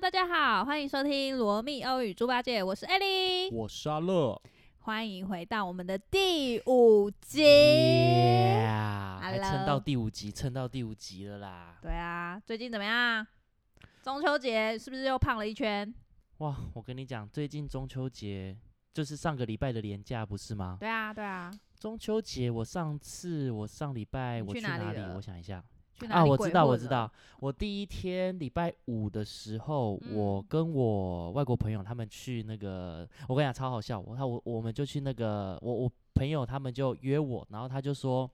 大家好，欢迎收听《罗密欧与猪八戒》，我是艾莉，我是阿乐，欢迎回到我们的第五集。 Yeah，还 Hello 撑到第五集，撑到第五集了啦！对啊，最近怎么样？中秋节是不是又胖了一圈？哇，我跟你讲，最近中秋节就是上个礼拜的连假，不是吗？对啊，对啊，中秋节我上次我上礼拜你我去去哪里哪里？了我想一下去哪啊，里我鬼知道，混我知了道，，我第一天礼拜五的时候，我嗯跟我外国朋友他们去那个，我跟你讲超好笑，我他我我们就去那个，我我朋友他们就约我，然后他就说。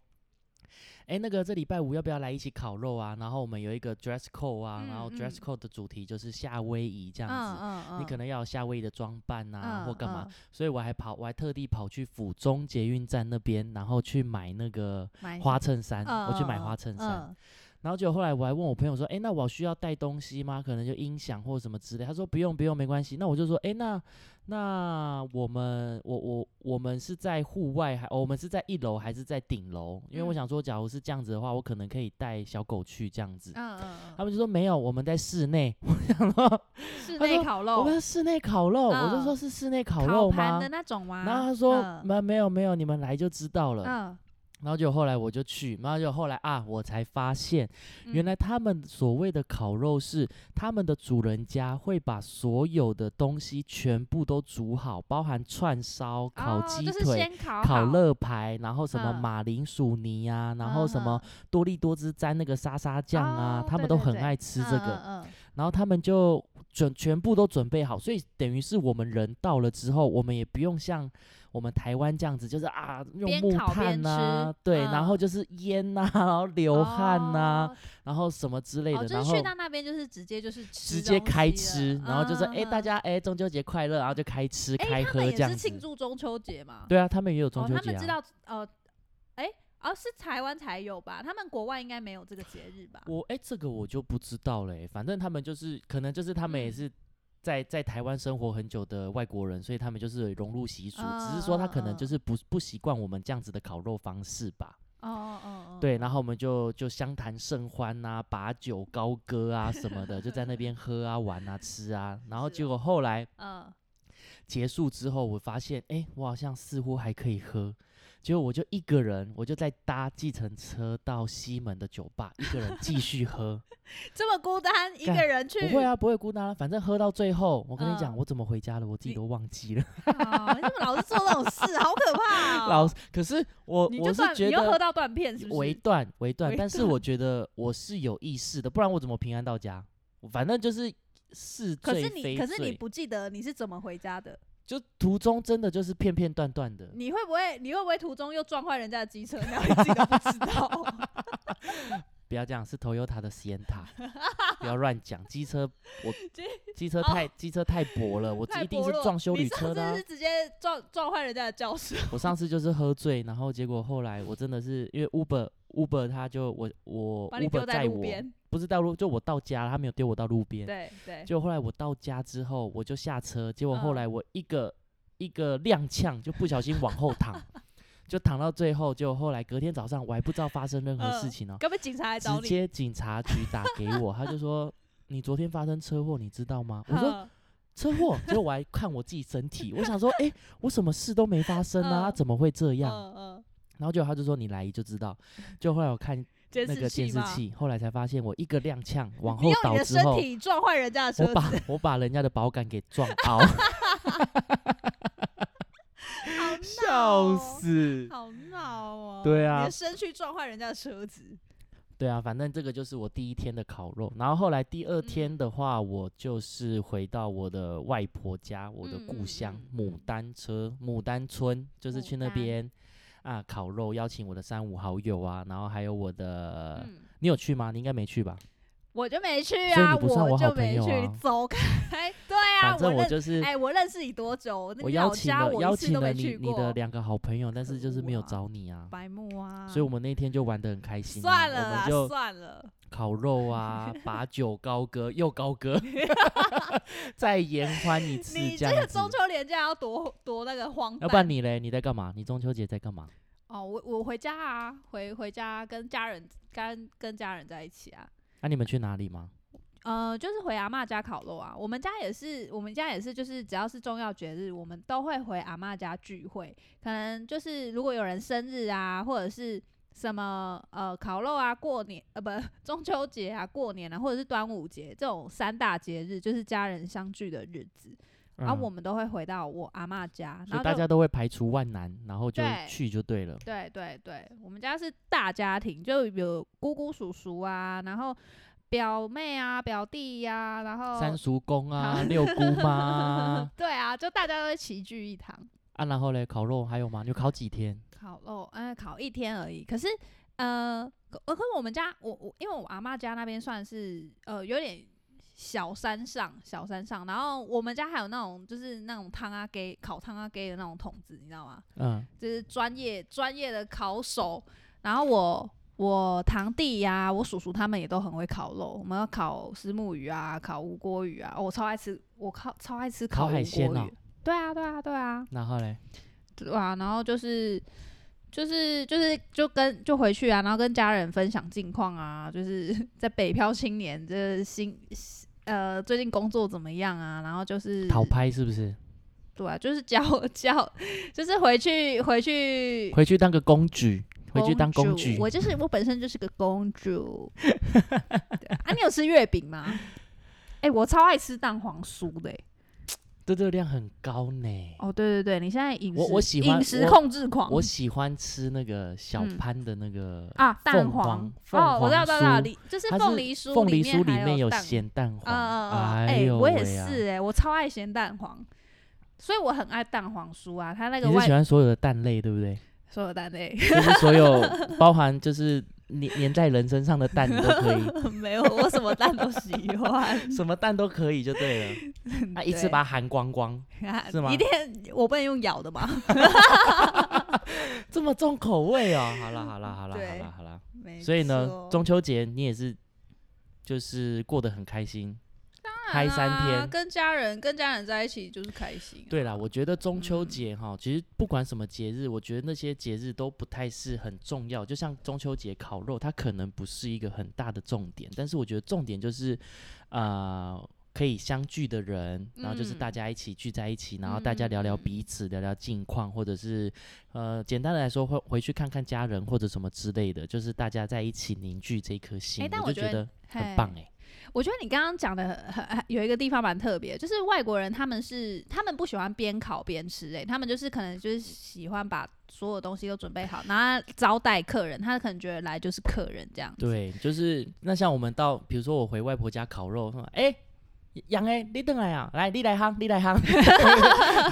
哎，那个这礼拜五要不要来一起烤肉啊？然后我们有一个 dress code 啊，然后嗯 dress 嗯 code 的主题就是夏威夷这嗯样子，嗯嗯，你可能要有夏威夷的装扮啊，嗯或干嘛。嗯所以我还跑，我还特地跑去府中捷运站那边，然后去买那个买花衬衫，嗯我去嗯买嗯花衬衫。嗯然后结果后来我还问我朋友说，诶，那我需要带东西吗？可能就音响或什么之类。他说不用不用，没关系。那我就说，诶，那那我们我我我们是在户外还、哦我们是在一楼还是在顶楼？因为我嗯想说，假如是这样子的话，我可能可以带小狗去这样子。嗯嗯他嗯，们就说没有，我们在室内。我想说，室他内说烤我肉们，在室内烤肉，我就嗯说是室内烤烤肉盘吗的？那种吗？然后他说嗯没、没有没有，你们来就知道了。嗯，然后就后来我就去，然后就后来啊，我才发现原嗯来他们所谓的烤肉是他们的主人家会把所有的东西全部都煮好，包含串烧、烤哦鸡就是腿、先烤烤好，乐排，然后什么嗯马铃薯泥啊，然后什么嗯多利多汁沾那个沙沙酱啊，哦他们对都对很对爱吃嗯这个。嗯嗯然后他们就准全部都准备好，所以等于是我们人到了之后，我们也不用像我们台湾这样子，就是啊用边木烤边炭呐、吃对，嗯然后就是烟呐、然后流汗啊呐、哦然后什么之类的，哦，就然是后去到那边就是直接就是吃直接东开西吃了，然后就说嗯哎、大家哎、中秋节快乐，然后就开吃、哎开他喝们这也样是子庆。祝中秋节嘛？对啊，他们也有中哦，秋他节们知啊。道呃，哎、哦是台湾才有吧？他们国外应该没有这个节日吧？我哎、这个我就不知道嘞、反正他们就是可能就是他们也嗯是在在台湾生活很久的外国人，所以他们就是融入习俗，只是说他可能嗯嗯就嗯是不不习惯我们这样子的烤肉方式吧。哦哦哦哦，对，然后我们就就相谈甚欢呐、把酒高歌啊什么的，就在那边喝啊、玩啊、吃啊。然后是结果后来嗯，结束之后，我发现哎、我好像似乎还可以喝。结果我就一个人，我就在搭计程车到西门的酒吧，一个人继续喝。这么孤单一干个人去，不会啊，不会孤单啊，反正喝到最后，我跟你嗯讲，我怎么回家了，我自己你都忘记了。靠，哦你怎么老是做这种事，好可怕、哦！老，可是我你我就是断，觉你又喝得到断片，是不是？微断微断微，但是我觉得我是有意识的，不然我怎么平安到家？我反正就是是可醉是非你，可是你醉，不记得你是怎么回家的？就途中真的就是片片段段的。你会不会，你会不会途中又撞坏人家的机车，然后你自己都不知道？不要这样，是 Toyota 的 Sienna，不要乱讲。机车我机机车哦太机车太薄了，我太一定薄是弱撞修你理上车的啊次是。直接撞撞坏人家的轿车，我上次就是喝醉，然后结果后来我真的是因为 Uber Uber 他就我我把你丢 Uber 在载路我，边。不是到路，就我到家了，他没有丢我到路边。对对，就后来我到家之后，我就下车，结果后嗯来我一个、一个踉跄，就不小心往后 躺，就躺到最后，就后来隔天早上我还不知道发生任何事嗯情哦，根本警察来找直你。接警察局打给我，他就说。你昨天发生车祸，你知道吗？我说哼车祸，结果我还看我自己身体，我想说，哎、我什么事都没发生啊，嗯怎么会这样？嗯嗯，然后就他就说你来就知道，就后来我看监那视个监视嘛，器，后来才发现我一个踉跄往你后用倒你的之身后，体撞坏人家的车我把子，我把人家的保杆给 撞凹，好闹 笑哦，死。好闹哦。对你啊的，身去撞坏人家的车子，对啊，反正这个就是我第一天的烤肉，然后后来第二天嗯的话，我就是回到我的外婆家，我的嗯嗯故乡嗯牡嗯丹车牡丹村，就是牡去那丹边啊烤肉，邀请我的三五好友啊，然后还有我的，嗯，你有去吗？你应该没去吧？我就没去所以啊，你不算我好就没朋友去，啊你走开。对啊，反正我认就是哎，我认识你多久？那我你邀老请家了我邀一次请都了没你去你的过，两个好朋友，但可是就是没有恶啊找你啊，白目啊。所以我们那天就玩的很开心啊、算了我啦，们就算了，烤肉 啊，把酒高歌又高歌，再延欢一次你这这样个子中。秋连假要多多那个荒要不然诞。你嘞？你在干嘛？你中秋节在干嘛？哦，我我回家啊，回回家跟家人跟跟家人在一起啊。那、你们去哪里吗？呃，就是回阿嬷家烤肉啊。我们家也是，我们家也是，就是只要是重要节日，我们都会回阿嬷家聚会。可能就是如果有人生日啊，或者是什么呃烤肉啊、过年呃不 中秋节啊、过年啊，或者是端午节这种三大节日，就是家人相聚的日子，然后嗯啊我们都会回到我阿嬷家，然所以后大就家都会排除万难，然后就对去就对了。对对对，我们家是大家庭，就有姑姑、叔叔啊，然后表妹啊、表弟呀、然后三叔公啊哦好，六姑 妈啊对啊，就大家都会齐聚一堂啊，然后嘞，烤肉还有吗？你有烤几天？烤肉，哎、烤一天而已。可是呃，可可是我们家我我因为我阿妈家那边算是呃有点。小山上，小山上，然后我们家还有那种就是那种汤阿给烤汤阿给的那种桶子，你知道吗？嗯，就是专业专业的烤手。然后我我堂弟呀、我叔叔他们也都很会烤肉，我们要烤石目鱼啊，烤无锅鱼啊、哦我超爱吃，我靠超爱吃烤烤海无鲜锅哦鱼。对啊，对啊，对啊，然后嘞，对啊。然后就是。就是就是就跟就回去啊，然后跟家人分享近况啊，就是 在北漂青年这新呃最近工作怎么样啊，然后就是讨拍是不是？对啊，就是教 教，就是回去回去回去当个公举，回去当公主举。我就是我本身就是个公 主。对啊，你有吃月饼吗？哎、我超爱吃蛋黄酥的欸、这热量很高呢。哦，对对对，你现在饮食我我喜欢饮食我控制狂。我喜欢吃那个小哦嗯潘的那个啊，蛋凤凰凤哦，我知道，凰知道知道，酥梨就是它凤是梨酥，凤梨酥里面还面有蛋咸蛋嗯黄。嗯嗯，哎哎，呦我也喂啊是哎、我超爱咸蛋黄，所以我很爱蛋黄酥啊，它那个你是外喜欢所有的蛋类，对不对？ 所有蛋类 就是所有包含就是粘粘在人身上的蛋你都 可以，没有，我什么蛋都喜欢，什么蛋都可以就对了。 啊，一次嗯对把它含光光，啊是吗一定我不能用咬的嘛，这么重口味哦。好 啦好啦好啦好对啦好啦。没所以呢错，中秋节你也是就是过得很开心。当嗨然三啦天啊跟家人跟家人在一起就是开心、啊。对啦，我觉得中嗯秋节哈，其实不管什么节日，我觉得那些节日都不太是很重要。就像中秋节烤肉，它可能不是一个很大的重点，但是我觉得重点就是，呃，可以相聚的人，然后就是大嗯家一起聚在一起，然后大家聊聊嗯彼此，聊聊近况，或者是呃，简单的来说，会回去看看家人或者什么之类的，就是大家在一起凝聚这颗心，但我我就觉觉得得很棒嘿哎、我觉得你刚刚讲的很很有一个地方蛮特别，就是外国人他们是他们不喜欢边烤边吃、欸，他们就是可能就是喜欢把所有东西都准备好，然后招待客人，他可能觉得来就是客人这样子。对，就是那像我们到，比如说我回外婆家烤肉，哎、欸，杨哎，你等来啊，来，你来夯，你来 夯，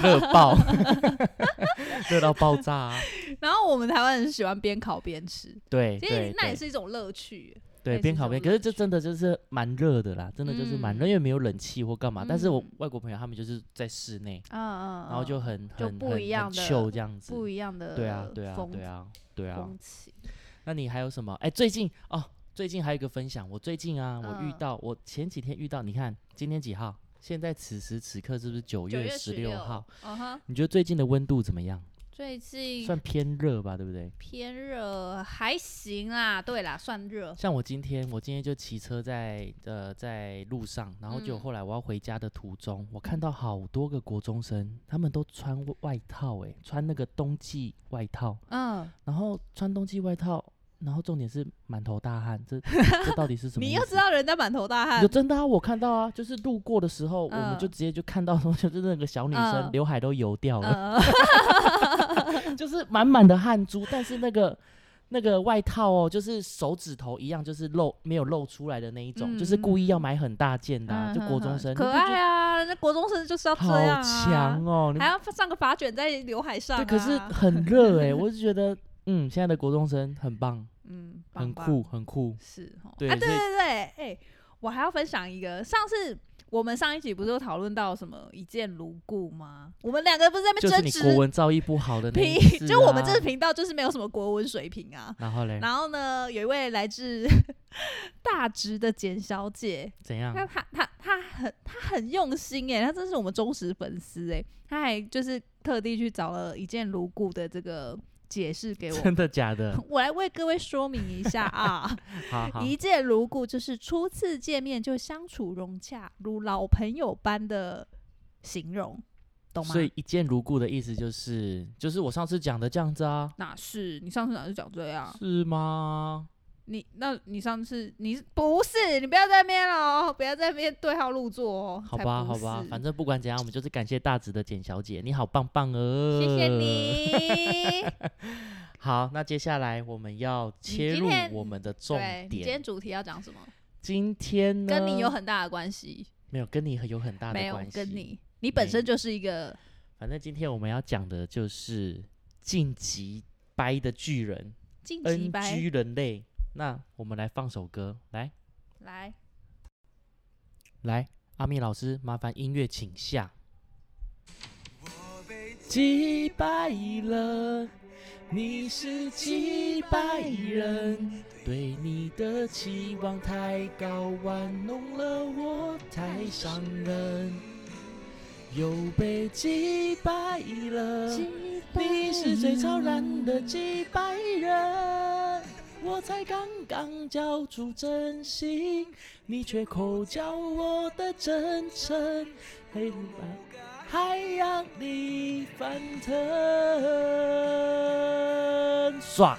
热 爆，热到爆炸、啊。然后我们台湾人是喜欢边烤边吃，对，其实对那也对是一种乐趣。对也边是烤种边，可乐是这真的就是蛮热的啦，真的就是蛮热，嗯因为没有冷气或干嘛。但是我嗯外国朋友他们就是在室内，嗯嗯，然后就嗯很就很不很一样很的 chill 这样子。不一样的对啊，对啊，风对啊，对啊。风情。那你还有什么？哎、最近哦，最近还有一个分享，我最近啊，我遇嗯到我前几天遇到，你看今天几号？现在此时此刻是不是九九月月十六六号？，嗯哼，你觉得最近的温度怎么样？最近算偏热吧，对不对？偏热，还行啦，对啦，算热。像我今天，我今天就骑车在呃在路上，然后就嗯后来我要回家的途中，我看到好多个国中生，他们都穿外套、欸，穿那个冬季外套，嗯，然后穿冬季外套，然后重点是满头大汗，这这到底是什 么？你又知。道人家满头大汗有，真的啊，我看到啊，就是路过的时候，我们就嗯直接就看到， 就是那个小女生嗯刘海都油掉了，嗯， 就是满满的汗珠，但是那个那个外套哦，就是手指头一样，就是露没有露出来的那一种，就是故嗯意要买很大件的、啊，就国中生，可爱啊，人家国中生就是要你不这觉得样好啊，强哦，你还要上个发卷在刘海上、啊。对，可是很 热哎、我就觉得，嗯，现在的国中生很棒，嗯，棒很棒酷，，很酷，是哦。对啊，对所以对对，哎、我还要分享一个，上次。我们上一集不是有讨论到什么一见如故吗？我们两个不是在那就边是争你执国文造诣不好的那一频，次就我们这啊个频道就是没有什么国文水平啊。然后嘞，然后呢，有一位来自 大直的简小姐，怎样？那她她她很她很用心哎、她真是我们忠实粉丝哎、她还就是特地去找了一见如故的这个解释给我真的 假的？我来为各位说明一下啊，好 好，一见如故就是初次见面就相处融洽，如老朋友般的形容，懂吗所？以一见如故的意思就是，就是我上次讲的这样子啊，哪是你上次哪是讲这样？是吗？你那你上次你不是你不要在那边了哦，不要在那边对号入座哦。好才吧，不好吧是，反正不管怎样，我们就是感谢大直的简小姐，你好棒棒哦，谢谢。 你。好，那接下来我们要切今入天我们的重对，你今天点。主题要讲什么？今天呢，跟你有很大的关系，没有跟你有很大没的有关系？跟你，你本没身就是一个反正今天我们要讲的就是晋级掰的巨人晋级掰。 ，NG 人类。那我们来放首歌，来来，来，阿米老师，麻烦音乐请下。击败了，你是击败人，对你的期望太高，玩弄了我，太伤人。又被击败了，呃你是最超然的击败人，我才刚刚交出真心，你却口交我的真诚，嘿还让你翻腾，爽！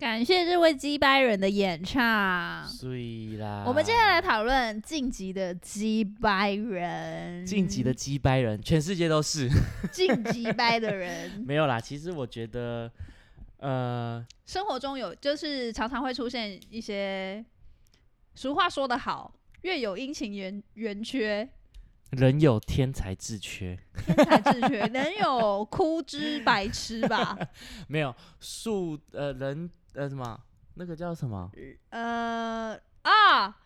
感谢这位击败人的演啊唱。碎啦！我们接下来讨论晋级的击败人，晋级的击败人，全世界都是晋级掰的人， 没有啦。其实我觉得，呃，生活中有就是常常会出现一些，俗话说得好，月有阴晴圆圆缺， 人有天才自缺，天才自缺，能有枯枝白痴 吧？没有树呃人呃什么那个叫什么？呃啊，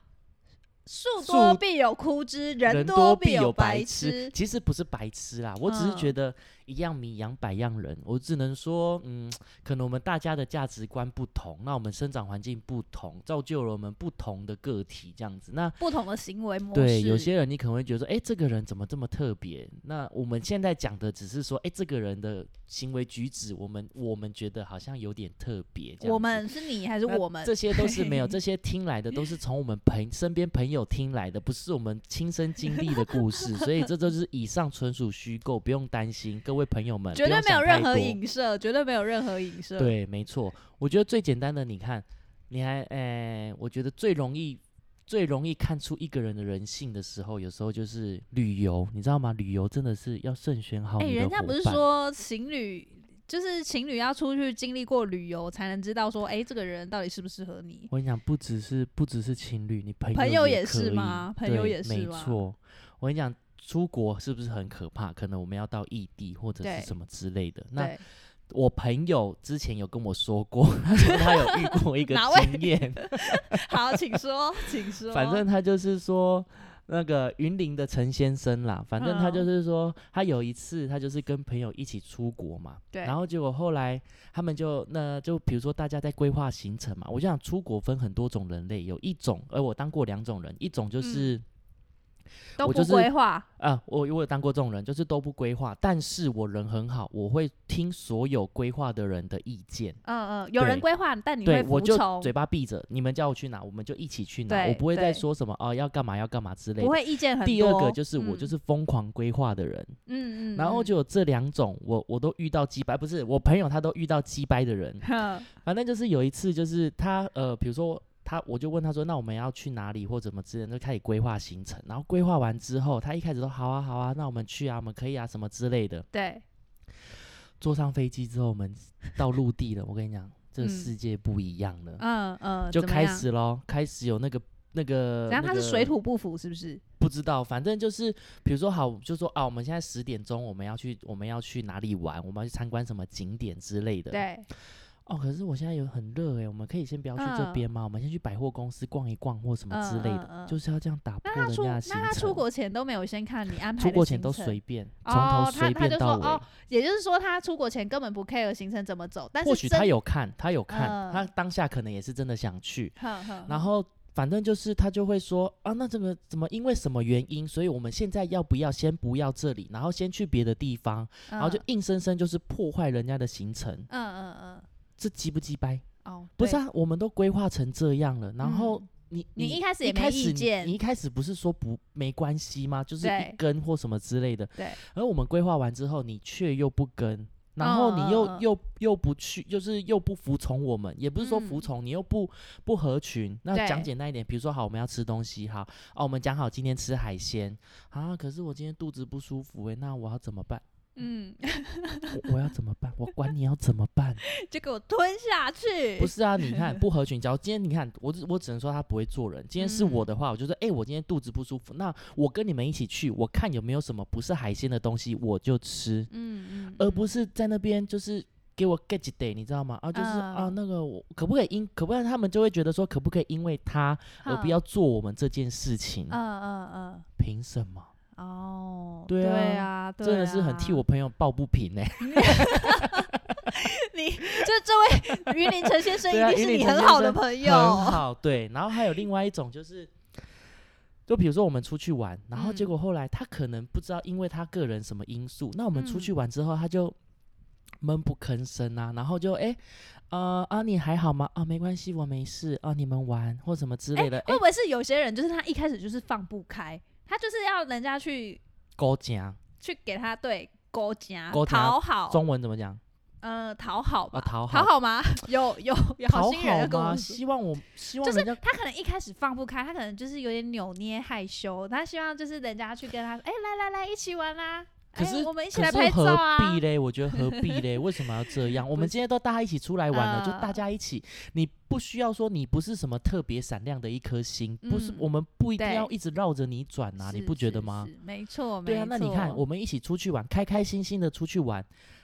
树树多必有枯枝，人多必有白嗯痴，。其实不是白痴啦，我只是觉得一样米养百样人，我只能说，嗯，可能我们大家的价值观不同，那我们生长环境不同，造就了我们不同的个体这样子。那不同的行为模式，对有些人你可能会觉得说，哎，这个人怎么这么特别？那我们现在讲的只是说，哎，这个人的行为举止，我们我们觉得好像有点特别这样子。我们是你还是那我们？这些都是没有， 这些听来的都是从我们朋身边朋友听来的，不是我们亲身经历的 故事，所以这都是以上纯属虚构，不用担心，各位朋友们，绝不对用没有想任太何多。影射，绝对没有任何影射。，对，没错，我觉得最简单的，你看，你还，诶、我觉得最容易。最容易看出一个人的人性的时候，有时候就是旅游，你知道吗？旅游真的是要慎选好哎、你的伙人伴。家不是说情侣，就是情侣要出去经历过旅游，才能知道说，哎、这个人到底适不适合你。我跟你讲，不只是不只是情侣，你朋朋友也也是可以吗朋友对也是没吗错。我跟你讲，出国是不是很可怕？可能我们要到异地或者对是什么之类的。那对，我朋友之前有跟我说过， 他说他有遇过一 个哪位经验，好，请说，请说。反正他就是说。那个云林的陈先生啦，反正他就嗯是说，他有一次他就是跟朋友一起出国嘛，对，然后后结果后来他们就那就比如说大家在规划行程嘛，我就想出国分很多种人类，有一种，而我当过两种人，一嗯种就是都我不就是规划，啊、我我有当过这种人，就是都不规划，但是我人很好，我会听所有规划的人的意见。嗯嗯，有人对规划，但你对会，服我就从，嘴巴闭着，你们叫我去哪，我们就一起去哪，我对不会对再说什么哦、要干嘛要干嘛之类不的。会意见很多。第二个就是我就嗯是疯狂规划的人，嗯嗯，然后嗯就有这两种，我我都遇到鸡掰，不是我朋友他都遇到鸡掰 的人，哼反正就是有一次，就是他呃，比如说他，我就问他说，那我们要去哪里或怎么之类的，就开始规划行程。然后规划完之后，他一开始都好啊好啊，那我们去啊，我们可以啊什么之类的。对，坐上飞机之后，我们到陆地了。我跟你讲，嗯这个世界不一样了，嗯嗯，就怎么开样。始咯，开始有那个。那个，然后那他是个水土不服，是不是？不知道，反正就是，比如说好，就说啊，我们现在十点钟，我们要去，我们要去哪里玩，我们要去参观什么景点之类的。对，哦，可是我现在有很热哎、我们可以先不要去这嗯边吗？我们先去百货公司逛一逛或什么之类的，嗯嗯嗯就是要这样打破那人他出家那的行程。他出国前都没有先看你安排出的国前行都程随便，从哦他头随他就便说到尾。哦，也就是说他出国前根本不 care 行程怎么走，但是或许真他有看，他有看，嗯他当下可能也是真的想去。哼哼，然后反正就是他就会说啊，那怎么怎么因为什么原因，所以我们现在要不要先不要这里，然后先去别的地方，然后就硬生生就是破坏人家的行程，嗯嗯嗯，这鸡不鸡掰？哦，不是对，啊，我们都规划成这样了，然后嗯你、你一开始也一没开意始你见你一开始不是说不没关系吗？就是对一根或什么之类的，对，而我们规划完之后，你却又不跟，然后你又、嗯嗯嗯又又不去，就是又不服从我们，也不是说服嗯从，你又不不合群。那讲对简单一点，比如说好，我们要吃东西，好，哦，我们讲好今天吃海鲜啊，可是我今天肚子不舒服、欸，那我要怎么办？嗯， 我我要怎么办？我管你要怎么办？就给我吞下去，不是啊，你看不合群。只要今天你看我只，我只能说他不会做人。今天是嗯我的话，我就说，哎、我今天肚子不舒服，那我跟你们一起去，我看有没有什么不是海鲜的东西，我就吃，嗯，嗯嗯，而不是在那边就是。给我 get day，你知道吗？啊，就是、啊，嗯那个我可不可以因，可不可以他们就会觉得说，可不可以因为他而不哼要，做我们这件事情？嗯嗯凭什么？嗯，哦，对对啊啊，对真的是很替我啊。朋友抱不平欸呢、 你 就这位云林陈先生 对啊一定云是林你陈很先好的生朋友，很好， 对。然后还有另外一种就是，就比如说我们出去玩，然后结嗯果后来他可能不知道，因为他个人什么因素，那我们出去嗯玩之后，他就闷不吭声啊，然后就哎、呃啊，你还好吗？啊，没关系，我没事啊，你们玩或什么之类的， 哎、会不会是有些人就是他一开始就是放不开，他就是要人家去勾夹，去给他对勾夹勾夹讨好，中文怎 么讲？呃，讨好吧，啊讨好好吗？ 有有有讨心人好要跟我吗？说。希望我希望就是人家他可能一开始放不开，他可能就是有点扭捏害羞，他希望就是人家去跟他，哎、来来来，一起玩啦、哎可是我们一起可来是拍照啊，何必嘞？我觉得何 必嘞？为什么要这样？我不们是今天都大家一起出来玩了，就呃大家一起，你不需要说你不是什么特别闪亮的一颗星，不是嗯我们不一定对要一直绕着你转啊，你是不觉是得吗？是没错，对啊，没那你看，错我们一起出去玩，开开心心的出去玩，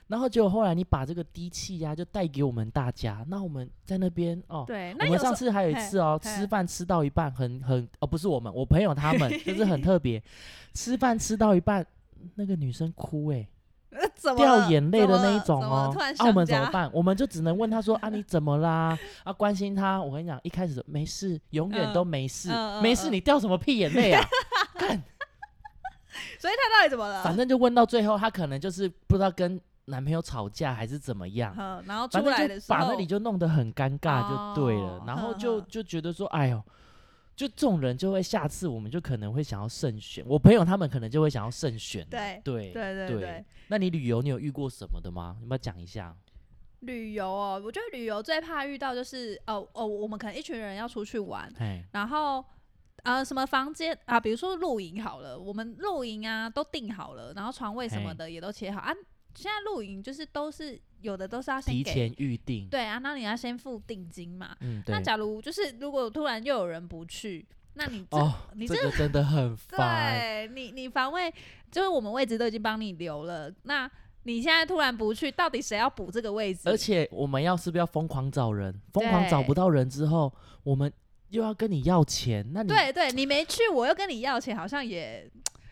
然后结果后来你把这个低气压就带给我们大家，那我们在那边哦。对，我那有们时上候次还有一嘿次哦，嘿吃饭吃到一半很，很哦，不是我们，我朋 友他们就是很特别，吃饭吃到一半，那个女生哭哎、 呃怎么掉了眼泪怎的么那一了种怎么了哦突然，啊，我想们怎么家办？我们就只能问他说啊， 你怎么啦？啊，关心他。我跟你讲，一开始说没事，永远嗯都没事，嗯嗯没事，嗯你掉什么屁眼 泪啊？ 所以他到底怎么了？反正就问到最后，他可能就是不知道跟男朋友吵架还是怎么样，嗯，然后反出来正的就时把候，那里就弄得很尴尬就对了。哦然后哼就哼就觉得说，哎呦。就这种人就会，下次我们就可能会想要慎选。我朋友他们可能就会想要慎选啊。对对对对对对那你旅游你有遇过什么的吗？你要不要讲一下？旅游哦，我觉得旅游最怕遇到就是哦哦，我们可能一群人要出去玩，哎，然后呃什么房间啊，比如说露营好了，我们露营啊都订好了，然后床位什么嘿的也都切好啊。现在露营就是都是有的都是要先提给前预定。对啊，那你要先付定金嘛。嗯，对那。假如就是如果突然又有人不去，那你这、哦，你这个真的 很烦。对你，你防卫就是我们位置都已经帮你留了，那你现在突然不去，到底谁要补这个位置？而且我们要是不是要疯狂找人？疯狂找不对到人之后，我们又要跟你要钱。那你对对，你没去，我又跟你要钱，好像也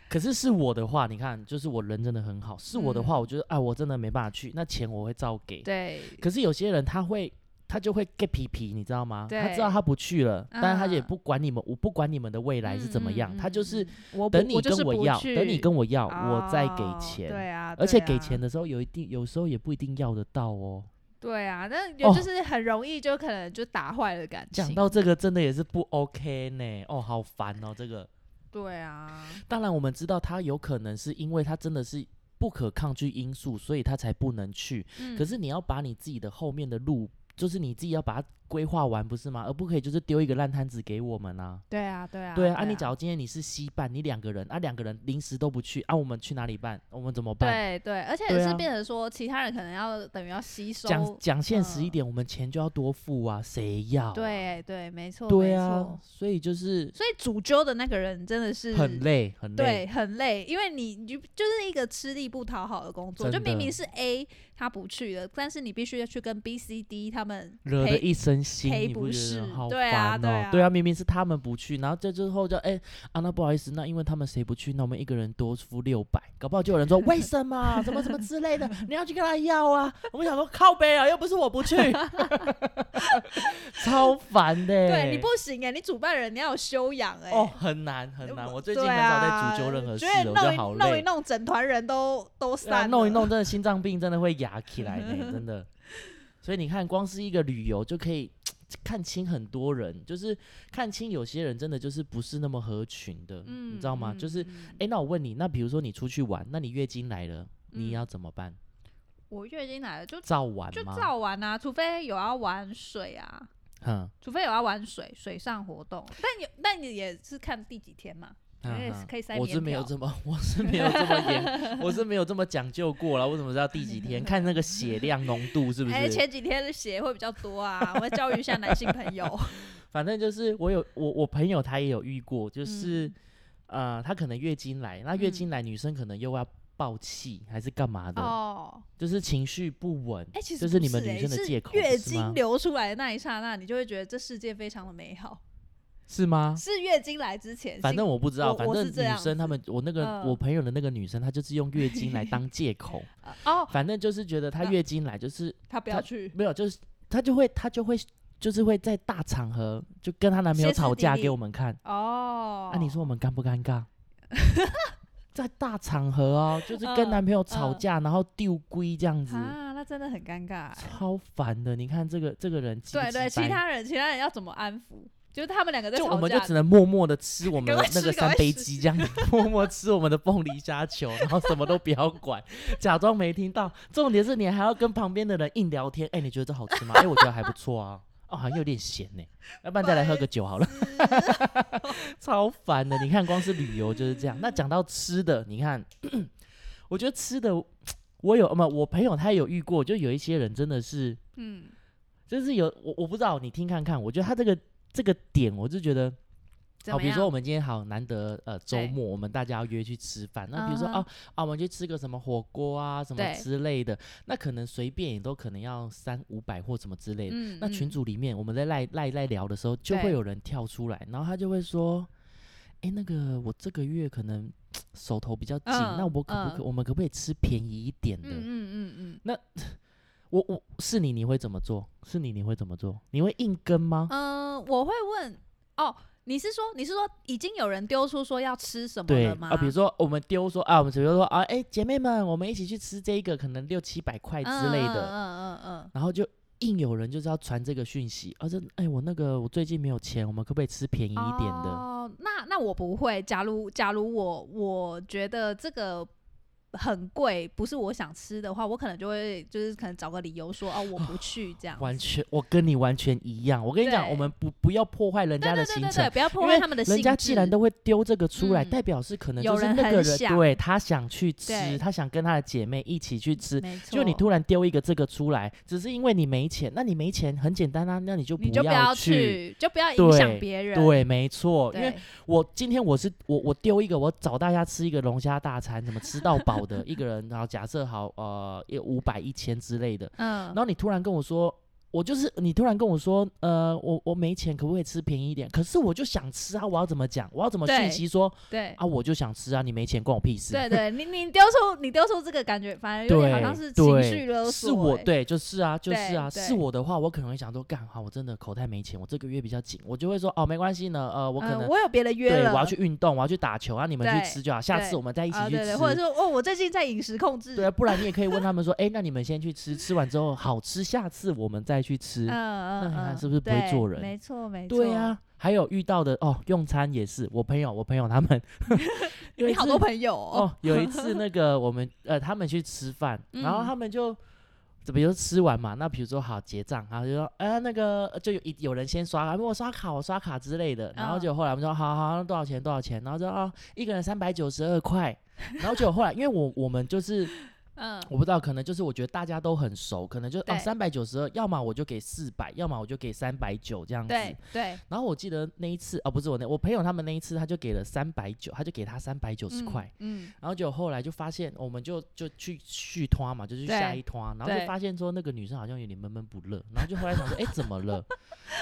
可是是我的话，你看，就是我人真的很好。是我的话，嗯我觉得哎，我真的没办法去，那钱我会照给。对可是有些人他会。他就会 get 皮皮，你知道吗？他知道对他不去了，但是他也嗯不管你们，我不管你们的未来是怎么样，他就是我等你跟我我要，等你跟我要，我再给钱。哦对啊，而且给钱的时候有一定，有时候也不一定要得到哦。对啊，那哦有就是很容易就可能就打坏了感情。讲到这个，真的也是不 OK 呢。哦，好烦哦，这个。对啊，当然，我们知道他有可能是因为他真的是不可抗拒因素，所以他才不能去。嗯 可是你要把你自己的后面的路，就是你自己要把它规划完，不是吗？而不可以就是丢一个烂摊子给我们啊。对啊对啊对啊，啊，啊你假如今天你是西办，你两个人啊，两个人临时都不去啊，我们去哪里办？我们怎么办？对对，而且对啊是变成说其他人可能要等于要吸收。讲讲现实一嗯点，我们钱就要多付啊，谁要、啊？对对，哦没错对没啊错，所以就是所以主揪的那个人真的是很累，很累。对，很累，因为你你就就是一个吃力不讨好的工作，就真的明明是 A 他不去了，但是你必须要去跟 B、C、D 他们惹得陪一身分心，赔你不不觉得是好对啊烦对哦啊？对啊，明明是他们不去，然后这之后就哎啊，那不好意思，那因为他们谁不去，那我们一个人多出六百，搞不好就有人 说为什么，怎么怎么之类的，你要去跟他要啊。我们想说靠背啊，又不是 我不去，超烦的欸。对你不行哎、你主办人你要有修养哎、哦，很难很难，我最近呃对很少在啊主纠任何事觉得了，我觉弄得一好弄一累。弄，整团人都都对啊散、弄一，弄，真的心脏病真的会压起 来呢，真的。所以你看，光是一个旅游就可以看清很多人，就是看清有些人真的就是不是那么合群的，嗯，你知道吗？嗯就是，嗯哎、那我问你，那比如说你出去玩，那你月经来了，嗯你要怎么办？我月经来了就照玩就吗？照玩啊，除非有要玩水啊，哼，除非有要玩水水上活动，但有但你也是看第几天嘛，嗯哎也是哼可以塞我棉是没有条这么， 我是没有这么严，我是没有这么讲究过了。我怎么知道第 几天？看那个血量浓度是不是？哎、前几天的血会比较多啊，我会教育一下男性朋友，反正就是我有我我朋友他也有遇过，就是、嗯呃，他可能月经来，那月嗯经来女生可能又要爆气还是干嘛 的，哦，就是情绪不稳。哎、其实这不是是你们哎女生的是借口月是吗经流出来的那一刹那，你就会觉得这世界非常的美好。是吗？是月经来之前，反正性我不知道，啊我反我正是这女样生她子们，我那个、我嗯朋友的那个女生，她就是用月经来当借口，呃 哦，反正就是觉得她那月经来就是他不要去，没有，就是她就会她就会就是会在大场合就跟她男朋友歇斯吵底架里给我们看，哦，啊那、你说我们尴不 尴尬？在大场合哦，就是跟男朋友吵嗯嗯架，然后丢龟这样子，啊，那真的很尴尬欸。超烦的。你看这个这个人急不对对，急掰，其他人其他人要怎么安抚？就是他们两个在就我吵们架就，只能默默的吃我们赶的快那个吃赶三快杯吃鸡，这样默默吃我们的凤梨虾球，然后什么都不要管，假装没听到。重点是你还要跟旁边的人硬聊天。哎、你觉得这好吃吗？哎、我觉得还不错啊。哦，好像有点咸呢，要不然再来喝个酒好了。 超烦的，你看光是旅游就是这样。那讲到吃的，你看，我觉得吃的，我有么？我朋友他也有遇过，就有一些人真的是，嗯，就是有我我不知道，你听看看。我觉得他这个这个点，我就觉得怎好，么比如说样我们今天好难得呃周对末，我们大家要约去吃饭。那比如说嗯啊哼啊，我们去吃个什么火锅啊什么对之类的，那可能随便也都可能要三五百或什么之类的。嗯，那群嗯组里面我们在赖赖赖聊的时候，就会对有人跳出来，然后他就会说：“哎、那个我这个月可能手头比较紧，那嗯我可不可、嗯我们可不可以吃便宜一点的？”嗯嗯嗯我我是你你会怎么做？是你你会怎么做？你会硬跟吗嗯，？嗯，我会问哦，你是说你是说已经有人丢出说要吃什么对了吗？啊，比如说我们丢说啊，我们比如说啊，哎、姐妹们，我们一起去吃这个，可能六七百块之类的，嗯嗯嗯嗯然后就硬有人就是要传这个讯息，啊，这哎、我那个我最近没有钱，我们可不可以吃便宜嗯，一点的？哦，那那我不会。假如假如我我觉得这个。很贵，不是我想吃的话，我可能就会就是可能找个理由说哦我不去这样子。 完全，我跟你完全一样。我跟你讲，对我们不不要破坏人对家的对行对程，对对，不要破因坏为他们的性人质。家既然都会丢这个出来，嗯代表是可能有就是人那个很人想对他想去吃，对他想跟他的姐妹一起去吃。没错，就你突然丢一个这个出来，只是因为你没钱，那你没钱很简单啊，那你就你就不要要。去，就不要影响对别人。对，没错，因对，为我今天我是我我丢一个，我找大家吃一个龙虾大餐，怎么吃到饱 的，一个人，然后假设好呃五百一千之类的，嗯然，后你突然跟我说，我就是你突然跟我说，呃，我我没钱，可不可以吃便宜一点？可是我就想吃啊，我要怎么讲？我要怎么对讯息说对。啊？我就想吃啊，你没钱关我屁事。 对对，你你丢出你丢出这个感觉，反而有点好像是情绪勒对，索、是我欸，对，就是啊，就是对啊，对是我的话，我可能会想说，干好，我真的口袋没钱，我这个月比较紧，我就会说，哦，没关系呢，呃，我可能、嗯、我有别的约对，了，我要去运动，我要去打球啊，你们去对吃就好，下次对我们再一起啊，去对吃。对，或者说哦，我最近在饮食控制，对啊，不然你也可以问他们说，哎、那你们先去吃，吃完之后好吃，下次我们再去吃。嗯嗯那嗯，你看是不是不会对做人没错没错，对啊，还有遇到的哦，用餐也是，我朋友，我朋友 他们有一你次，好多朋友哦，哦，有一次那个我们呃，他们去吃饭，然后 嗯他们就。怎么就吃完嘛？那比如说好结账，然后就说，呃，那个就有一有人先刷，啊我刷卡，我刷卡之类嗯的。然后就后来我们说，好好，那多少哦钱？多少钱？然后就啊、一个人三百九十二块。然后就后来，因为我我们就是嗯，我不知道，可能就是我觉得大家都很熟，可能就对哦三百九十二，要么我就给四百，要么我就给三百九这样子。对对，然后我记得那一次哦，不是我那我朋友他们那一次，他就给了三百九，他就给他三百九十嗯块。，嗯，然后就后来就发现，哦我们就就去续拖嘛，就去对下一拖，然后对就发现说那个女生好像有点闷闷不乐，然后就后来想说，哎、怎 么了？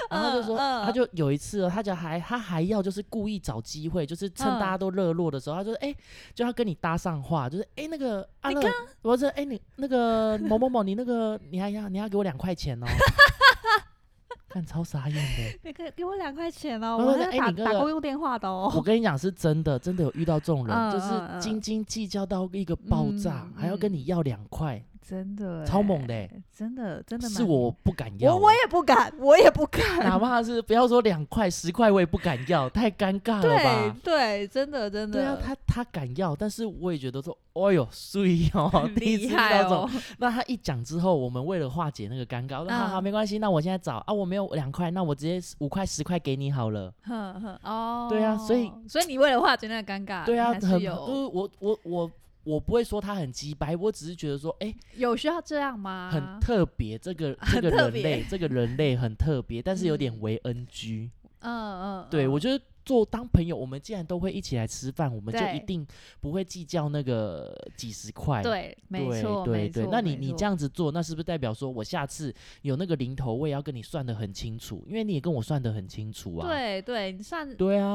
然后他就说，嗯嗯他就有一次、哦，他就还他还要就是故意找机会，就是趁嗯大家都热络的时候，他就说，哎、就要跟你搭上话，就是哎、那个啊你那个，我说哎、你那个某某某，你那个你还要你要给我两 块钱哦，看超傻眼的。你给给我两块钱哦，然我后还说是哎打你打那个公用电话的我哦，跟你讲是真的，真的有遇到这种人，嗯就嗯嗯是斤斤计较到一个爆炸，嗯还要跟你要两块，真的超猛欸的欸真的真的是蛮我不敢要我欸，我也不敢，我也不敢。哪怕是不要说两块十块，我也不敢要，太尴尬了对吧？对，真的真的，对啊， 他他敢要，但是我也觉得说，哎呦，碎 哦，很第一次厉遇害到这种。哦，那他一讲之后，我们为了化解那个尴尬，我说好好嗯没关系，那我现在找啊，我没有两块，那我直接五块十块给你好了。 哼哼哦，对啊所以所以你为了化解那个尴尬，对啊，你还很是就是有我我我我不会说他很鸡掰，我只是觉得说，哎、有需要这样吗？嗯很特别，这个啊很这个特人别类，这个人类很特别，但是有点嗯为 NG。嗯嗯，对嗯我觉得做当朋友，我们既然都会一起来吃饭，我们就一对定不会计较那个几十块。对，没对错对没对错。那你没你错这样子做，那是不是代表说我下次有那个零头，我也要跟你算的很清楚？因为你也跟我算的很清楚啊。对对，你算对啊，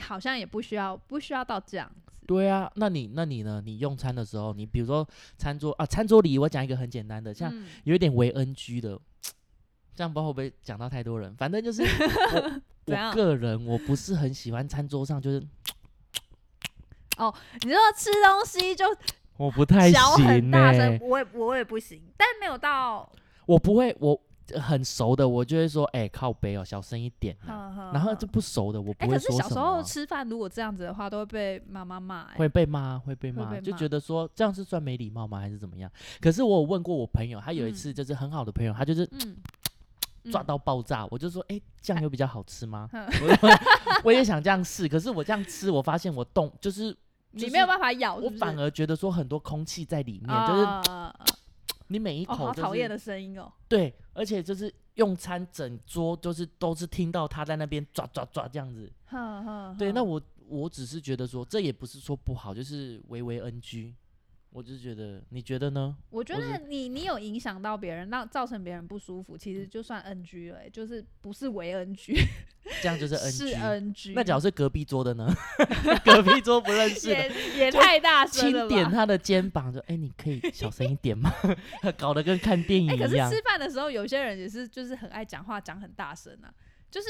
好像也不需要不需要到这样子，对啊。那你那你呢？你用餐的时候，你比如说餐桌啊，餐桌礼仪，我讲一个很简单的，像嗯有一点为 NG 的，这样不知道会不会讲到太多人。反正 就是我怎样我个人我不是很喜欢餐桌上，就是你说吃东西就我不太嚼很行欸呢、大声，我也我也不行，但没有到，我不会，我呃很熟的我就会说，哎、靠北哦，小声一点啊、然然后就不熟的我嗯哎，不可会是说小什时么候啊、吃饭如果这样子的话，都会被妈妈骂，哎会被骂，会被会骂，被就骂觉得说这样是算没礼貌吗，还是怎么样？可是我有问过我朋友，他有一次就是很好的朋友，他就是嗯，抓嗯到爆炸，我就说，哎、酱油比较好吃吗？ 哼我就 我也想这样试，可是我这样吃，我发现我动就是就你没有是办法咬，我反而觉得说很多空气在里面，啊就是是你每一哦，口、好就是讨厌的声音哦，对，而且就是用餐整桌就是都是听到他在那边抓抓抓这样子。哼哼对，那哼我我只是觉得说这也不是说不好，就是微微 NG。我就觉得，你觉得呢？我觉我得你你有影响到别人，让造成别人不舒服，嗯其实就算 NG 了、哎就是不是为 NG，这样就是 NG。是 NG。那假如是隔壁桌的呢？ 隔壁桌不认识的，也也就太大声轻了点吧？他的肩膀，就哎、你可以小声一点吗？ 搞得跟看电影哎、可一是样。吃饭的时候，有些人也是就是很爱讲话，讲很大声啊，就是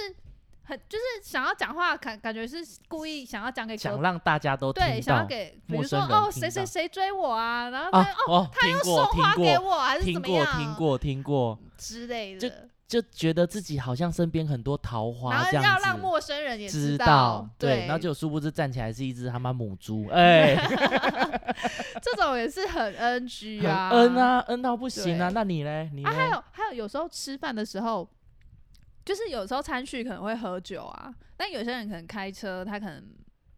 很就是想要讲话，感感觉是故意想要讲给想隔让大家都听对，想要到。给比陌如说生人哦听谁谁到谁追我啊，然后他、啊哦，他听又过送听花给过我啊还是听怎么过样听过听过，之类就的，就觉得自己好像身边很多桃然花后这要样让子。陌生人也知道，对，然后就殊不知站起来是一只他妈 母猪，哎、这种也是很 NG 很 啊，恩啊，恩到不行啊！对那你嘞，你嘞、啊，还有还有，有时候吃饭的时候，就是有时候餐叙可能会喝酒啊，但有些人可能开车，他可能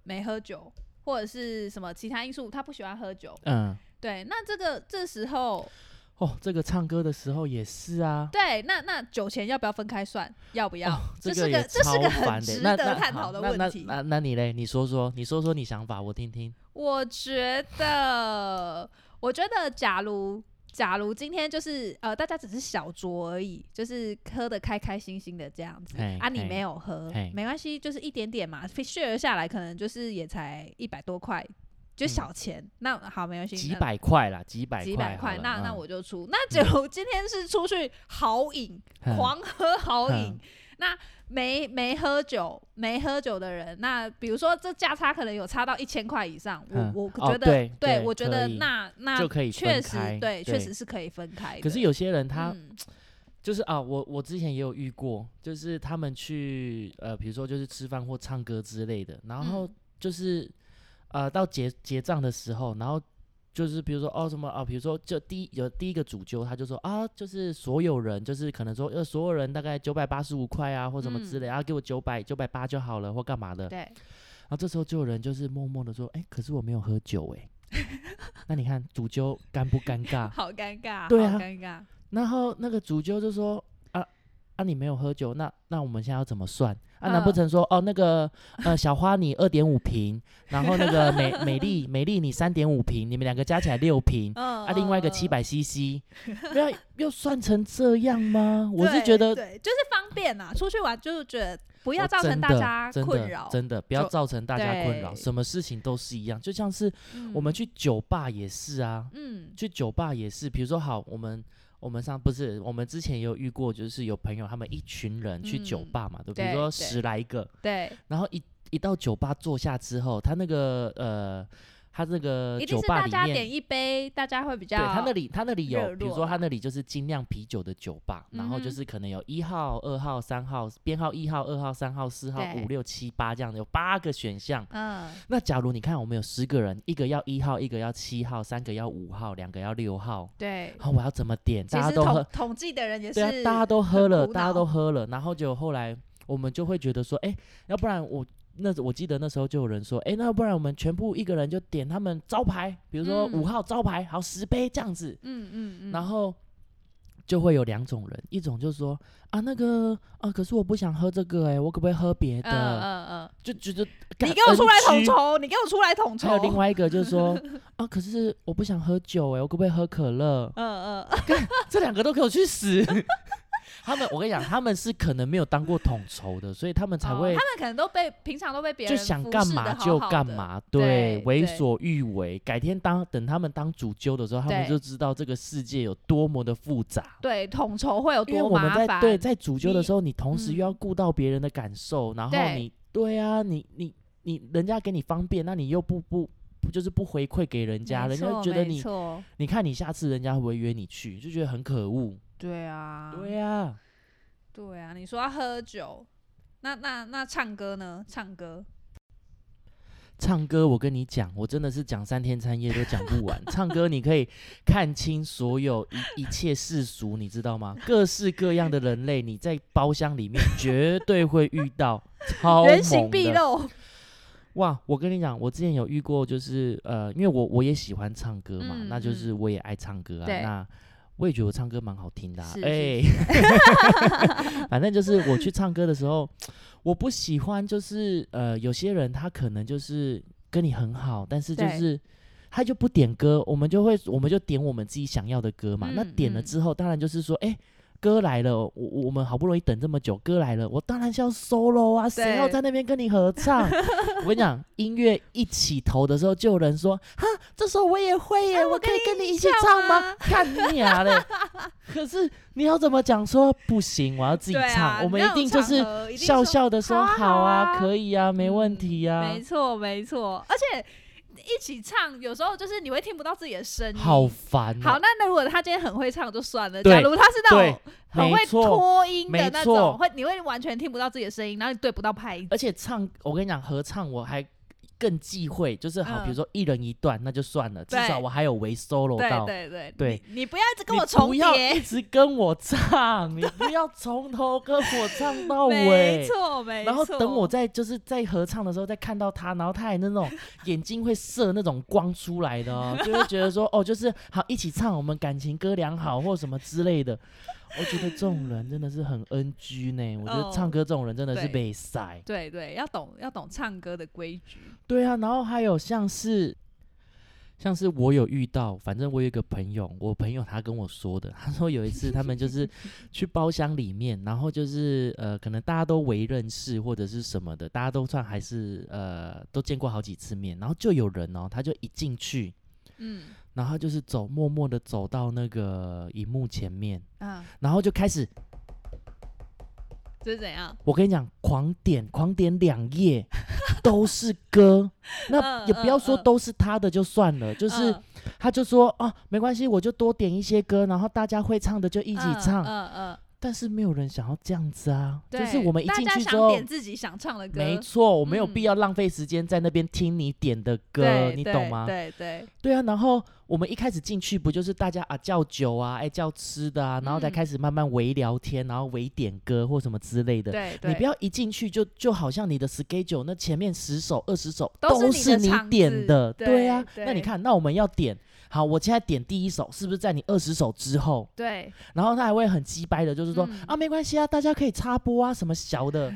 没喝酒，或者是什么其他因素，他不喜欢喝酒。嗯，对，那这个这时候，哦，这个唱歌的时候也是啊，对，那那酒钱要不要分开算？要不要？哦，这个是也个这是超个很烦的值那得那探好讨的那问题那那那你嘞，你说说，你说说你想法，我听听。我觉得，我觉得，假如假如今天就是呃，大家只是小酌而已，就是喝的开开心心的这样子嘿啊，你嘿没有喝嘿没关系，就是一点点嘛，share 下来可能就是也才一百多块，就嗯小钱。那好，没关系，几那百块嗯啦，几百几百块，那那我就就 出。那假如今天是出去豪饮，狂喝豪饮嗯。那没没喝酒，没喝酒的人，那比如说这价差可能有差到一千块以上，嗯我我哦觉得，对对我觉得可以那那就可以确分实开对，确对实是可以分开的。可是有些人他嗯就是啊，我我之前也有遇过，就是他们去呃，比如说就是吃饭或唱歌之类的，然后嗯就是呃到结结账的时候，然后就是比如说哦什么啊，比如说就第一有第一个主揪他就说啊，就是所有人就是可能说呃所有人大概九百八十五块啊或什么之类，然后给我九百九百八就好了或干嘛的，对，然后这时候就有人就是默默的说，哎、可是我没有喝酒哎、 那你看主揪尴不尴尬？好尴尬，对好啊尴尬。然后那个主揪就说啊啊，你没有喝酒，那那我们现在要怎么算啊？难不嗯成说哦那个呃小花你二点五 瓶，然后那个美美丽美丽你三点五瓶，你们两个加起来六瓶。嗯啊，另外一个七，百 CC，不要要算成这样吗？嗯我是对觉得对，就是方便啊，出去玩就是觉得不不要造成大家困扰。真的不要就造成大家困扰，对什么事情都是一样，就像是我们嗯，去酒吧也是啊，嗯去酒吧也是，比如说好，我们我们上不是我们之前也有遇过，就是有朋友他们一群人去酒嗯吧嘛，对不对？对比如说对十来个，对，然后一一到酒吧坐下之后，他那个呃，他那个一定呃酒是吧大里家点面。一杯，大家会比较对他那里，他那里热有，比如络说他啦那里就是精酿啤酒的酒吧，然后嗯就哼是可能有一号、二号、三号，编号一号、二号、三号、四号、对五六七八这样的，有八个选项。嗯那假如你看我们有十个人，一个要一号，一个要七号，三个要五号，两个要六号，对。啊，我要怎么点？其大家实都统喝，统计的人也是对啊，大家都喝很了，苦大家恼都喝了，然后就后来我们就会觉得说，哎、要不然我那我记得那时候就有人说，哎、那要不然我们全部一个人就点他们招牌，比如说嗯五号招牌，好十杯这样子，嗯嗯嗯，然后。就会有两种人，一种就说啊那个啊，可是我不想喝这个哎、我可不可以喝别的？嗯嗯嗯，就觉得你干给我出来统 NG 筹，你给我出来统筹。还有另外一个就 是说啊，可是我不想喝酒哎、我可不可以喝可乐？嗯嗯，这两个都给我去死！他们，我跟你讲，他们是可能没有当过统筹的，所以他们才哦会他们可能都被平常都被别就人想服干侍得嘛好就好干的，嘛，对为对所欲为。改天当等他们当主揪的时候，他们对就知道这个世界有多么的复杂。对统筹会有因为多我们麻在烦。对在主揪的时候，你同时嗯又要顾到别人的感受，然后对你对啊，你你你人家给你方便，那你又不不不就是不回馈给人家，没人家就错觉得没你错你看你下次人家会不会约你去，就觉得很可恶。对啊，对啊。对啊，你说要喝酒，那那那唱歌呢？唱歌，唱歌，我跟你讲，我真的是讲三天三夜都讲 不完。唱歌你可以看清所有一一切世俗，你知道吗？各式各样的人类，你在包厢里面绝对会遇到，超人形猛毕的。露，哇，我跟你讲，我之前有遇过，就是呃，因为我我也喜欢唱歌嘛，嗯那就是我也爱唱歌啊，对那。我也觉得我唱歌蛮好听的、啊， 是是哎、反正就是我去唱歌的时候，我不喜欢就是呃，有些人他可能就是跟你很好，但是就对是他就不点歌，我们就会我们就点我们自己想要的歌嘛。那嗯点了嗯之后，当然就是说，哎、歌来了，我我我们好不容易等这么久，歌来了，我当然是要 solo 啊，谁要对在那边跟你合唱？我跟你讲，音乐一起头的时候，就有人说：“哈，这首我也会耶，啊我我可跟以你跟你一一起起唱唱吗吗？”看 你啊嘞！可是你要怎么讲说不行？我要自己对唱，啊，我们那一种定就场是合一定笑说笑的好说：“啊好好啊，啊嗯可以啊，没问题啊。没错没错，而且一起唱，有时候就是你会听不到自己的声音。好烦、好啊，那那如果他今天很会唱就算了，对假如他是那对种很没会错。拖音的没那错种，会你会完全听不到自己的声音，然后你对不到拍子。而且唱，我跟你讲，合唱我还更忌讳，就是好，比如嗯说一人一段那就算了，至对少我还有为 solo 对到。对对对你你不要一直跟你我重不要叠一，直跟我唱，你不要从头跟我唱 到没尾。错没错。欸然后等我在就是在合唱的时候再看到他，然后他还 那种眼睛会射那种光出来的哦，就会觉得说哦，就是好一起唱，我们感情歌良好或什么之类的。我觉得这种人真的是很 NG 呢，我觉得哦唱歌这种人真的对是被塞。对对，要懂要懂唱歌的规矩。对啊，然后还有像是，像是我有遇到，反正我有一个朋友，我朋友他跟我说的，他说有 一次他们就是去包厢里面，然后就是呃，可能大家都为认识或者是什么的，大家都算还是呃都见过好几次面，然后就有人哦，他就一进去，嗯然后就是走默默的走到那个荧幕前面，啊，然后就开始，这是怎样？我跟你讲，狂点狂点两页。都是歌，那嗯也不要嗯说嗯都是他的就算了，就是嗯他就说啊，没关系，我就多点一些歌，然后大家会唱的就一起唱。嗯嗯，但是没有人想要这样子啊，嗯就是对我们一大进家去想之后，点自己想唱的歌，没错，我没有嗯必要浪费时间在那边听你点的歌，对你对懂吗？对对，对啊，然后我们一开始进去不就是大家啊叫酒啊，哎叫吃的啊，然后再嗯开始慢慢围聊天，然后围点歌或什么之类的。对对，你不要一进去就就好像你的 schedule 那前面十首二十首都是你是的你场点子的，对啊。那对你看，那我们要点好，我现在点第一首，是不是在你二十首之后？对，然后他还会很鸡掰的，就是说、嗯啊，没关系啊，大家可以插播啊，什么小 的，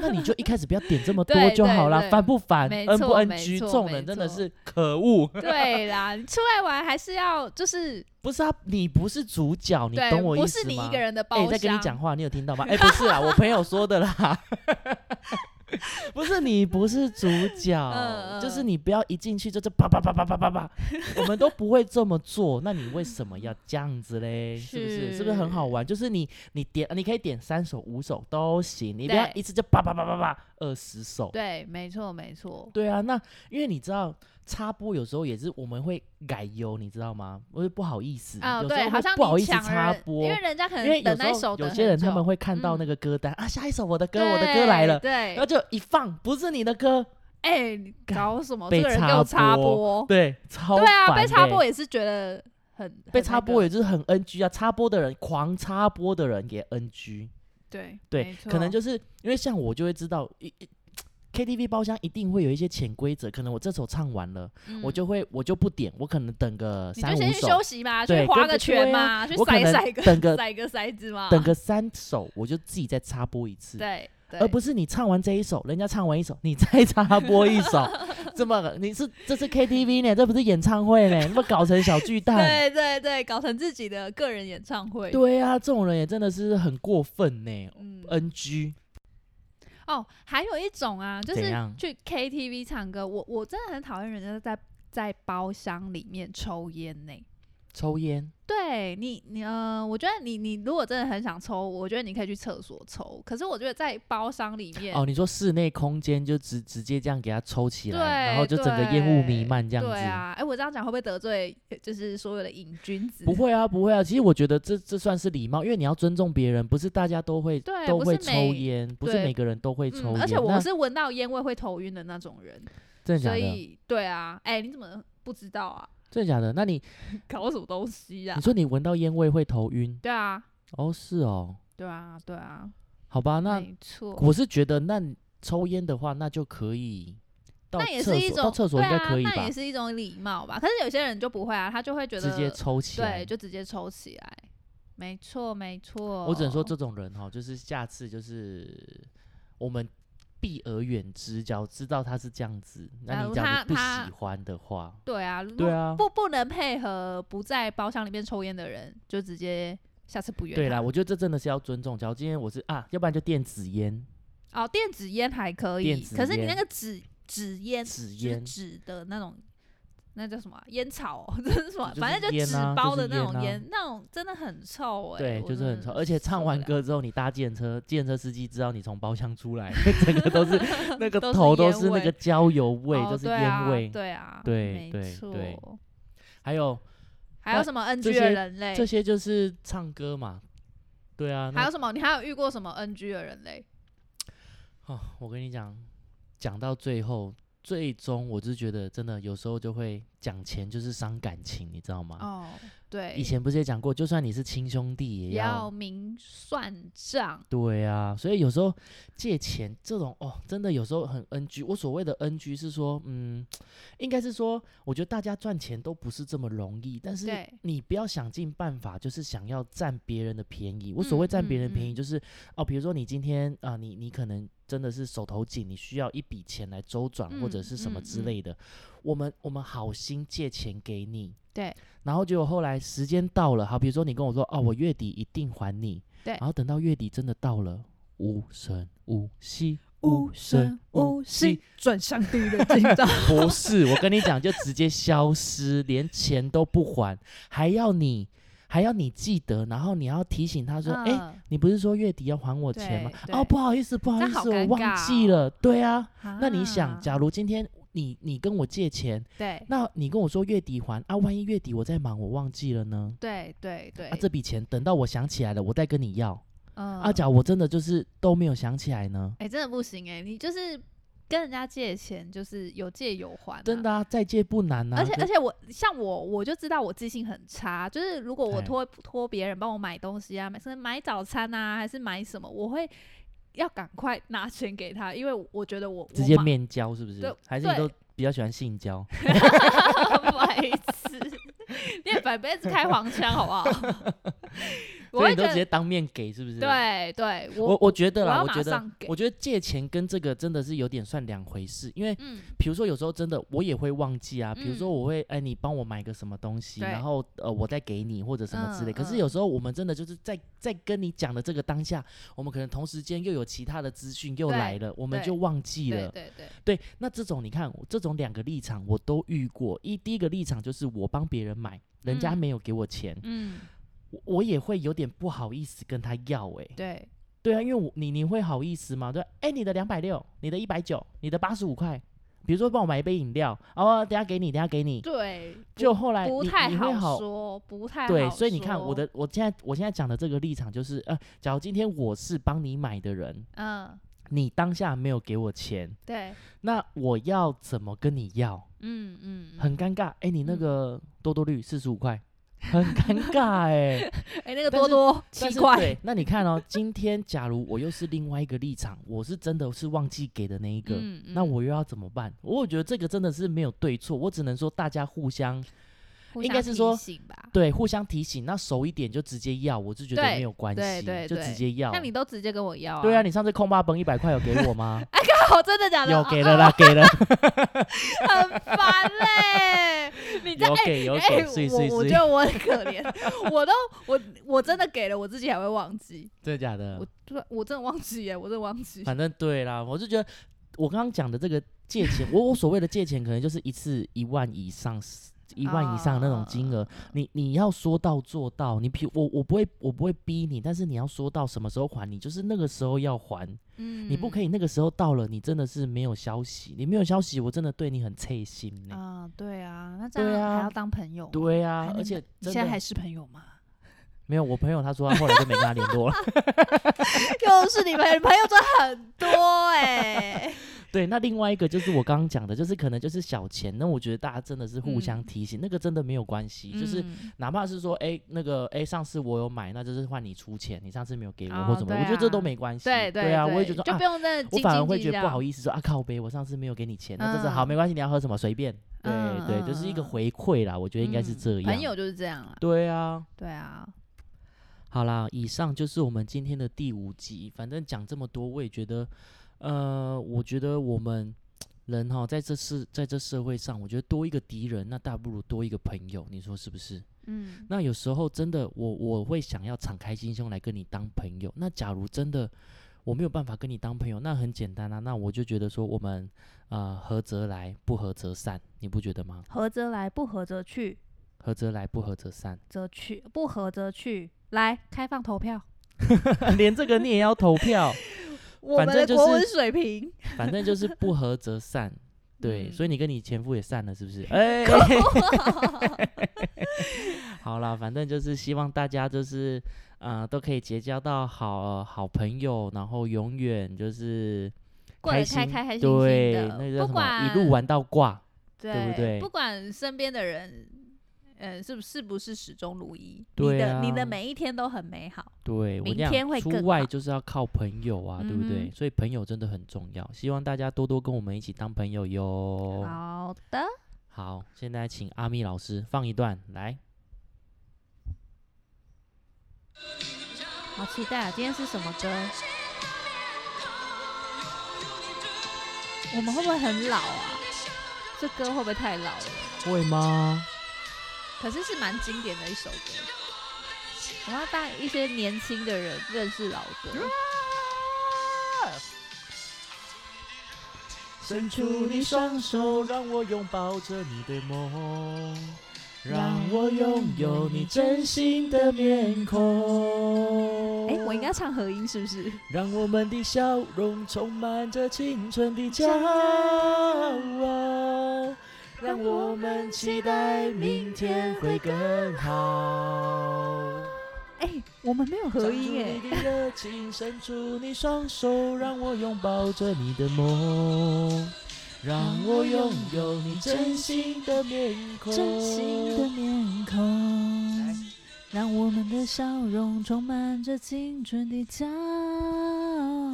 那你就一开始不要点这么多对就好了，对对烦不烦没？N 不错 N 没 G？这错种没人真的错是可恶。 对啦，你出来玩还是要就是，不是啊，你不是主角，你对，懂我意不思是吗？你一个人的包哎、厢。在跟你讲话，你有听到吗？哎、不是啦，我朋友说的啦。 不是你不是主角，嗯就是嗯你不要一进去就是啪啪啪啪啪啪啪，我们都不会这么做，那你为什么要这样子嘞？是不是？是不是很好玩？就是你你点你可以点三首五首都行，你不要对一次就啪啪啪啪啪二十首。对，没错没错，对啊，那因为你知道插播有时候也是我们会改优，你知道吗？我就不好意思，啊、有时对，候好会像不好你意思抢了插人播，因为人家可因为能等有时那一候首有等些很人他久们会看到嗯那个歌单、啊，下一首我的歌，我的歌来了，对然后，就一放不是你的歌，哎、你搞什么？被这个人给我插插播播，对，超对啊，烦被插的播也是觉得很被很插那播个也就是很 NG 啊，插播的人狂插播的人也 NG，对对没，可能错就是因为像我就会知道一。一 KTV 包厢一定会有一些潜规则，可能我这首唱完了，嗯我就会我就不点，我可能等个你三就五先去首，休息嘛，去对划跟个着对圈啊嘛，去我可甩能甩个等个甩个骰子嘛，等个三首，我就自己再插播一次。对对，而不是你唱完这一首，人家唱完一首，你再插播 一首，这么你是这是 KTV 呢，这不是演唱会呢，你们搞成小巨蛋。 对对对，搞成自己的个人演唱会，对啊，这种人也真的是很过分呢。嗯 NG，哦，还有一种啊，就怎是样去 KTV 唱歌，我我真的很讨厌人家在在包厢里面抽烟呢、抽烟对你，你呃，我觉得你你如果真的很想抽，我觉得你可以去厕所抽。可是我觉得在包厢里面，哦，你说室内空间就直直接这样给它抽起对，来，然后就整个烟雾弥对漫这样对子。啊，哎、我这样讲会不会得罪呃就是所有的瘾君子？不，会啊，不会啊。其实我觉得这这算是礼貌，因为你要尊重别人，不是大家都会对都不会是抽每烟，不是对每个人都会嗯，抽烟。而且我那是闻到烟味会头晕的那种人，真的假所的？以对啊，哎、你怎么不知道啊？真的假的？那你搞什么东西啊你？说你闻到烟味会头晕？对啊，哦，是哦，对啊，对啊，好吧，那没错，我是觉得那抽烟的话，那就可以到那也厕是一所，种到厕所应该可以对啊，那吧也？是一种礼貌吧。可是有些人就不会啊，他就会觉得直接抽起来。对，就直接抽起来。没错，没错。我只能说这种人哈，就是下次就是我们避而远之，只要知道他是这样子，假那你如假他如不他喜欢的话，对啊，如对啊不不能配合不在包厢里面抽烟的人，就直接下次不约他。对啦，我觉得这真的是要尊重。假如今天我是啊，要不然就电子烟、哦，电子烟还可电以，子可是你那烟个纸纸烟，纸就是烟，纸的那种，那叫什么啊烟草哦？ 这是什么就？是反正就烟纸啊就包是的那烟种啊烟，那种真的很臭哎、对，我就是真很的臭，而且唱受完不了歌之后，你搭计程车，计程车司机知道你从包厢出来， 整个都 是那个都是头都烟是那味个焦油味，哦都是对烟啊味。对啊，对对没错。对还有还那有什么这 NG 些的人类这？些就是唱歌嘛，对啊。还那有什么？你还有遇过什么 NG 的人类？哦，我跟你讲，讲到最后，最终我是觉得真的有时候就会讲钱就是伤感情，你知道吗？哦，对，啊以前不是也讲过，就算你是亲兄弟，也也要明算账。对啊，所以有时候借钱这种哦，真的有时候很 NG。我所谓的 NG 是说，嗯，应该是说，我觉得大家赚钱都不是这么容易，但是对你不要想尽办法，就是想要占别人的便宜。我所谓嗯占别人嗯便宜，嗯就是、哦，比如说你今天啊、你你可能真的是手头紧，你需要一笔钱来周转、或者嗯是什么嗯之嗯类的，我们我们好心借钱给你，对，然后结果后来时间到了，好，比如说你跟我说，哦，我月底一定还你，对然后等到月底真的到了，无声无息，息，，转向地狱的征兆。不是，我跟你讲，就直接消失，连钱都不还，还要你，还要你记得，然后你要提醒 他说，哎、嗯你不是说月底要还我钱吗？对哦，对不好意思，不好这意好思，我尴忘尬记哦了。对啊，那你啊想，假如今天你你跟我借钱，对那你跟我说月底还啊，万一月底我在忙，我忘记了呢？对对对，啊，这笔钱等到我想起来了，我再跟你要。啊嗯啊，假如我真的就是都没有想起来呢？哎、真的不行哎、你就是跟人家借钱就是有借有还、真的、啊，再借不难啊。嗯而且可而且我像我我就知道我记性很差，就是如果我哎托托别人帮我买东西啊，买甚至买早餐啊，还是买什么，我会要赶快拿钱给他，因为我我觉得我直接 我买面交是不是对？还是你对都比较喜欢性交？白痴，你也白辈子开黄腔好不 好？我所会以你都觉直接得当面给是不是？，对对，我我我觉得啦，要我马觉得上给我觉得借钱跟这个真的是有点算两回事，因为嗯比如说有时候真的我也会忘记啊，比如说嗯我会哎你帮我买个什么东西，对然后呃我再给你或者什么之类。嗯可是嗯有时候我们真的就是在在跟你讲的这个当下，我们可能同时间又有其他的资讯又对来了，我们对就忘记对了。对对，对，那这种你看这种两个立场我都遇过，一第一个立场就是我帮别人买，人家嗯没有给我钱，嗯我我也会有点不好意思跟他要哎、 对对啊，因为我你你会好意思吗？对，哎，你的两百六，你的一百九，你的八十五块，比如说帮我买一杯饮料，哦，等下给你，等下给你，对，就后来不你太你会好。说，不太对，好所以你看说我的，我现在我现在讲的这个立场就是，呃，假如今天我是帮你买的人，嗯你当下没有给我钱，对那我要怎么跟你要？嗯嗯，很尴尬。哎，你那嗯个多多绿四十五块，很尴尬 哎、哎、那个但多是多但七是块，对，那你看哦，今天假如我又是另外一个立场，我是真的是忘记给的那一个， 嗯那嗯我又要怎么办？我觉得这个真的是没有对错，我只能说大家互相互应相该是提说醒吧。对互相提醒，那熟一点就直接要，我是觉得对没有关系，对对就对直接要。那你都直接跟我要啊？哦对 啊，，你上次空巴崩一百块有给我吗？靠，真的假的？有啊给了 啦，给了， 很烦嘞、你这有哎给 有哎、给，碎碎我我碎觉，得我很可 怜，我都我我真的给了，我自己还会忘记，真的假的我？对，我真的忘记耶，我真的忘记。嗯反正对啦，我就觉得我刚刚讲的这个借钱，我我所谓的借钱，可能就是一次一万以上。一万以上那种金哦额，你你要说到做到，你比我我不会我不会逼你，但是你要说到什么时候还你，就是那个时候要还，嗯你不可以以那个时候到了，你真的是没有消息，你没有消息，我真的对你很刺心呢、啊、对啊，那这对样还啊要当朋友？、对还啊，能而且你真现在还的是朋友 吗？ 没有，我朋友他说他后来就没跟他联络了。 又是你朋友，朋友真的很 多哎、对，那另外一个就是我刚刚讲的，就是可能就是小钱，那我觉得大家真的是互相嗯提醒，那个真的没有关系，就是嗯哪怕是说，哎、那个，哎、上次我有买，那就是换你出钱，你上次没有给我、哦或什么的，对我觉得这啊都没关系。对对对啊，我也觉得就啊不，用真的我斤反而斤会计觉得不较好意思说啊，靠背，我上次没有给你钱，那这次好嗯没关系，你要喝什么随便。对、嗯对，就是一个嗯嗯回馈啦，我觉得应该是嗯这样。朋友就是这样啦。对啊，对啊，好啦，以上就是我们今天的第五集。反正讲这么多，我也觉得，呃，我觉得我们人哈，在这世在这社会上，我觉得多一个敌人，那大不如多一个朋友，你说是不是？嗯，那有时候真的，我我会想要敞开心胸来跟你当朋友。那假如真的我没有办法跟你当朋友，那很简单啊，那我就觉得说我们呃合则来，不合则散，你不觉得吗？合则来，不合则去，合则来，不合则散， 则去，不合则去。来，开放投票，连这个你也要投票，我反们正的就国是文水平。 反正就是不合则散。对，嗯所以你跟你前夫也散了，是不 是？哎、好啦，反正就是希望大家就是，呃，都可以结交到好好朋友，然后永远就是过得心开开心心对，的那个叫不什么，一路管玩到挂。对不 对不管身边的人，呃，是不是不是始终如一，对啊你的你的每一天都很美好。对，我明这样天会出更外好就是要靠朋友啊，对不嗯对？哼所以朋友真的很重要，希望大家多多跟我们一起当朋友哟。好的，好，现在请阿咪老师放一段来。好期待啊！今天是什么歌？我们会不会很老啊？这歌会不会太老了？会吗？可是是蛮经典的一首歌。我要带一些年轻的人认识老歌。伸出你双手，让我拥抱着你的梦，让我拥有你真心的面孔。哎、我应该唱合音是不是？让我们的笑容充满着青春的骄傲，让我们期待明天会更好。哎、我们没有合音哎哎、！你的热情，伸出你双手，让我拥抱着你的梦，让我拥有你真心的面孔。真心的面孔，让我们的笑容充满着青春的骄傲，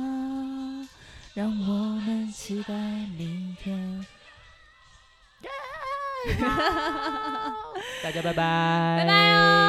让我们期待明 天。大家拜拜，拜拜哦。